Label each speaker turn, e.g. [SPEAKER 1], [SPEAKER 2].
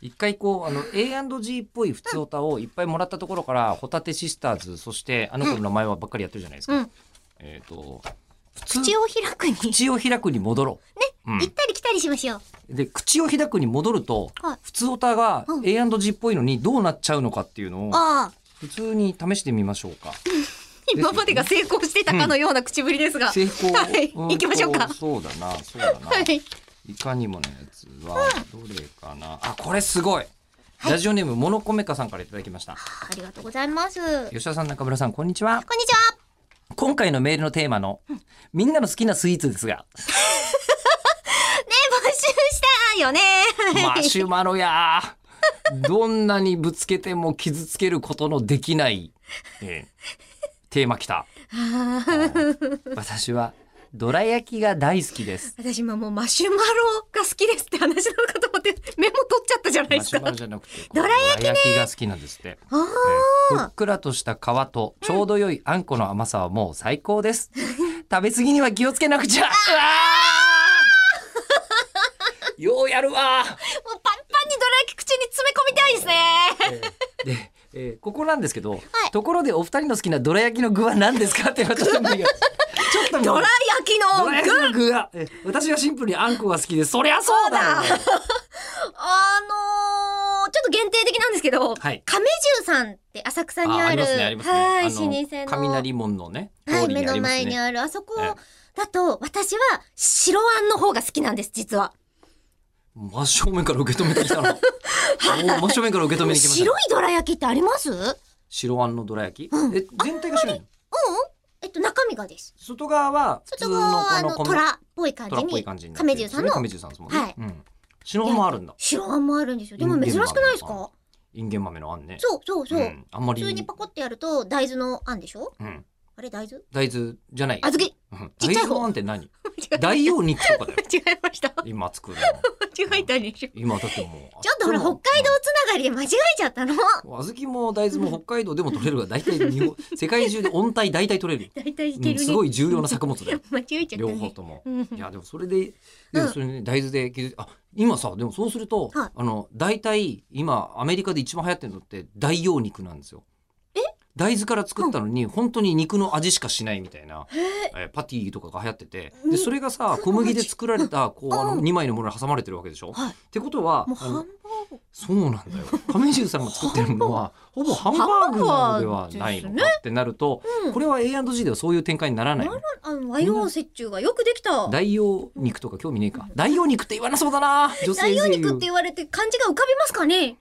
[SPEAKER 1] 一回こうあの A&G っぽい普通オタをいっぱいもらったところからホタテシスターズそしてあの子の名前はばっかりやってるじゃないですか、
[SPEAKER 2] うん
[SPEAKER 1] えっ、と普通
[SPEAKER 2] 口を開くに、
[SPEAKER 1] 口
[SPEAKER 2] 行
[SPEAKER 1] を開くに戻ろう、ね
[SPEAKER 2] ったり来たりしましょう。
[SPEAKER 1] うん、で口を開くに戻ると、
[SPEAKER 2] はい
[SPEAKER 1] 普通オタが
[SPEAKER 2] うん
[SPEAKER 1] A&G っぽいのにどうなっちゃうのかっていうのを
[SPEAKER 2] ああ、
[SPEAKER 1] 普通に試してみましょうか
[SPEAKER 2] 今までが成功してたかのような口ぶりですが。
[SPEAKER 1] 成功
[SPEAKER 2] はい
[SPEAKER 1] うん
[SPEAKER 2] 行きましょうか
[SPEAKER 1] とそうだなそうだな、
[SPEAKER 2] はい。
[SPEAKER 1] いかにものやつはどれかな、あこれすごいラジオネームモノコメカさんからいただきました
[SPEAKER 2] ありがとうございます。こんにち
[SPEAKER 1] 吉田さん中村さんこんにちは
[SPEAKER 2] は。
[SPEAKER 1] 今回のメールのテーマのみんなの好きなスイーツです が
[SPEAKER 2] ね、募集したよね。は
[SPEAKER 1] マ
[SPEAKER 2] い
[SPEAKER 1] シュマロやーどんなにぶつけても傷つけることのできない、えーテーマきた私はどら焼きが大好きです
[SPEAKER 2] 私今もうマシュマロが好きですって話なのかと思ってメモ取っちゃったじゃない
[SPEAKER 1] マ
[SPEAKER 2] です
[SPEAKER 1] シュ
[SPEAKER 2] か。
[SPEAKER 1] マロ
[SPEAKER 2] あ
[SPEAKER 1] じゃなくて
[SPEAKER 2] どら
[SPEAKER 1] 焼き、どら焼きが好きなんですってえーふっくらとした皮とちょうど良いあんこの甘さはもう最高 です。食べ過ぎには気をつけなくちゃ。うわーようやるわー。
[SPEAKER 2] あ、もうパンパンにどら焼き口に詰め込みたいですね。
[SPEAKER 1] で、えーここなんですけど、ところでお二人の好きなどら焼きの具は何ですかっていうのはちょっと無 理がちょっと無理
[SPEAKER 2] どら焼きの
[SPEAKER 1] どら焼きの具が、えー私はシンプルにあんこが好きで、そりゃそうだよ。
[SPEAKER 2] あのー、ちょっと限定的なんですけど、
[SPEAKER 1] はい
[SPEAKER 2] 亀十さんって浅草に
[SPEAKER 1] あ
[SPEAKER 2] あ
[SPEAKER 1] あり
[SPEAKER 2] る、
[SPEAKER 1] ますね、ありますね。
[SPEAKER 2] はい、
[SPEAKER 1] あ
[SPEAKER 2] 老
[SPEAKER 1] の
[SPEAKER 2] 舗の、
[SPEAKER 1] 雷門のね、
[SPEAKER 2] は
[SPEAKER 1] 通
[SPEAKER 2] い、
[SPEAKER 1] りにあり
[SPEAKER 2] 目の
[SPEAKER 1] ます
[SPEAKER 2] 前に
[SPEAKER 1] ね。
[SPEAKER 2] ある、あそこ
[SPEAKER 1] ええ
[SPEAKER 2] だと、私は白あんの方が好きなんです、実は。
[SPEAKER 1] 真正面から受け止めてき たの。お真正面から受け止めに来ましたね
[SPEAKER 2] 白。いどら焼きってありますうん。
[SPEAKER 1] 白あんのどら焼き、
[SPEAKER 2] うん
[SPEAKER 1] え全体が白いの
[SPEAKER 2] えっと、中身がです。
[SPEAKER 1] 外側は普通
[SPEAKER 2] 外
[SPEAKER 1] の
[SPEAKER 2] 側は、あ
[SPEAKER 1] こ
[SPEAKER 2] の、
[SPEAKER 1] の
[SPEAKER 2] 虎っぽい感
[SPEAKER 1] トラっぽい感じ
[SPEAKER 2] じ
[SPEAKER 1] に
[SPEAKER 2] に、
[SPEAKER 1] なってる
[SPEAKER 2] 亀十さん
[SPEAKER 1] そ
[SPEAKER 2] の
[SPEAKER 1] れ亀十さんですもんね、
[SPEAKER 2] はい
[SPEAKER 1] うん、白あんもあるんだ
[SPEAKER 2] 白あんもあるんですよ。でも珍しくないで
[SPEAKER 1] 人
[SPEAKER 2] す
[SPEAKER 1] 間も
[SPEAKER 2] か
[SPEAKER 1] インゲン豆のあんね
[SPEAKER 2] そうそうそう。
[SPEAKER 1] ん、あんまり
[SPEAKER 2] 普通にパコってやると、大豆のあんでしょ
[SPEAKER 1] うん、
[SPEAKER 2] あれ、大豆
[SPEAKER 1] 大豆じゃない
[SPEAKER 2] 小豆
[SPEAKER 1] うん
[SPEAKER 2] ちっちゃい
[SPEAKER 1] 大
[SPEAKER 2] 方
[SPEAKER 1] 豆のあんって何
[SPEAKER 2] 違う
[SPEAKER 1] 代用肉とかだよ
[SPEAKER 2] 違いました。
[SPEAKER 1] 今作るの
[SPEAKER 2] 間違えたでしょ。
[SPEAKER 1] 今だってもう
[SPEAKER 2] ちょっとほら、北海道つながりで間違えちゃったの。
[SPEAKER 1] うん小豆も大豆も北海道でも取れるが大体日本世界中で温帯大体取れるよ、
[SPEAKER 2] 大体いけ
[SPEAKER 1] う
[SPEAKER 2] る
[SPEAKER 1] ん、
[SPEAKER 2] ね。
[SPEAKER 1] すごい重要な作物だよ
[SPEAKER 2] 間違えちゃった
[SPEAKER 1] 両
[SPEAKER 2] ね。
[SPEAKER 1] 方とも
[SPEAKER 2] うん
[SPEAKER 1] いやでもそれで、
[SPEAKER 2] う
[SPEAKER 1] で
[SPEAKER 2] ん
[SPEAKER 1] もそれね大豆で気づいあ今さでもそうすると、
[SPEAKER 2] はい
[SPEAKER 1] あの大体今アメリカで一番流行ってるのって代用肉なんですよ。大豆から作ったのに本当に肉の味しかしないみたいな、えーパティとかが流行っててで
[SPEAKER 2] に
[SPEAKER 1] それがさ小麦で作られたこうあ
[SPEAKER 2] う
[SPEAKER 1] の
[SPEAKER 2] ん
[SPEAKER 1] 2枚のものに挟まれてるわけでしょ、
[SPEAKER 2] はい
[SPEAKER 1] ってことは
[SPEAKER 2] もう
[SPEAKER 1] あ
[SPEAKER 2] ハンバ
[SPEAKER 1] の
[SPEAKER 2] ーグ。
[SPEAKER 1] そうなんだよ亀十さんが作ってるのはほぼハンバーグなのではないの
[SPEAKER 2] ハンバーグ
[SPEAKER 1] か
[SPEAKER 2] ですね
[SPEAKER 1] ってなると、
[SPEAKER 2] うん
[SPEAKER 1] これは A&G ではそういう展開にならないの
[SPEAKER 2] あの和洋折衷がよくできた。
[SPEAKER 1] 代用肉とか興味ねえか。代用肉って言わなそうだな。女性
[SPEAKER 2] 代用
[SPEAKER 1] 声
[SPEAKER 2] 肉っ
[SPEAKER 1] 優
[SPEAKER 2] て。言われて漢字が浮かびますかね。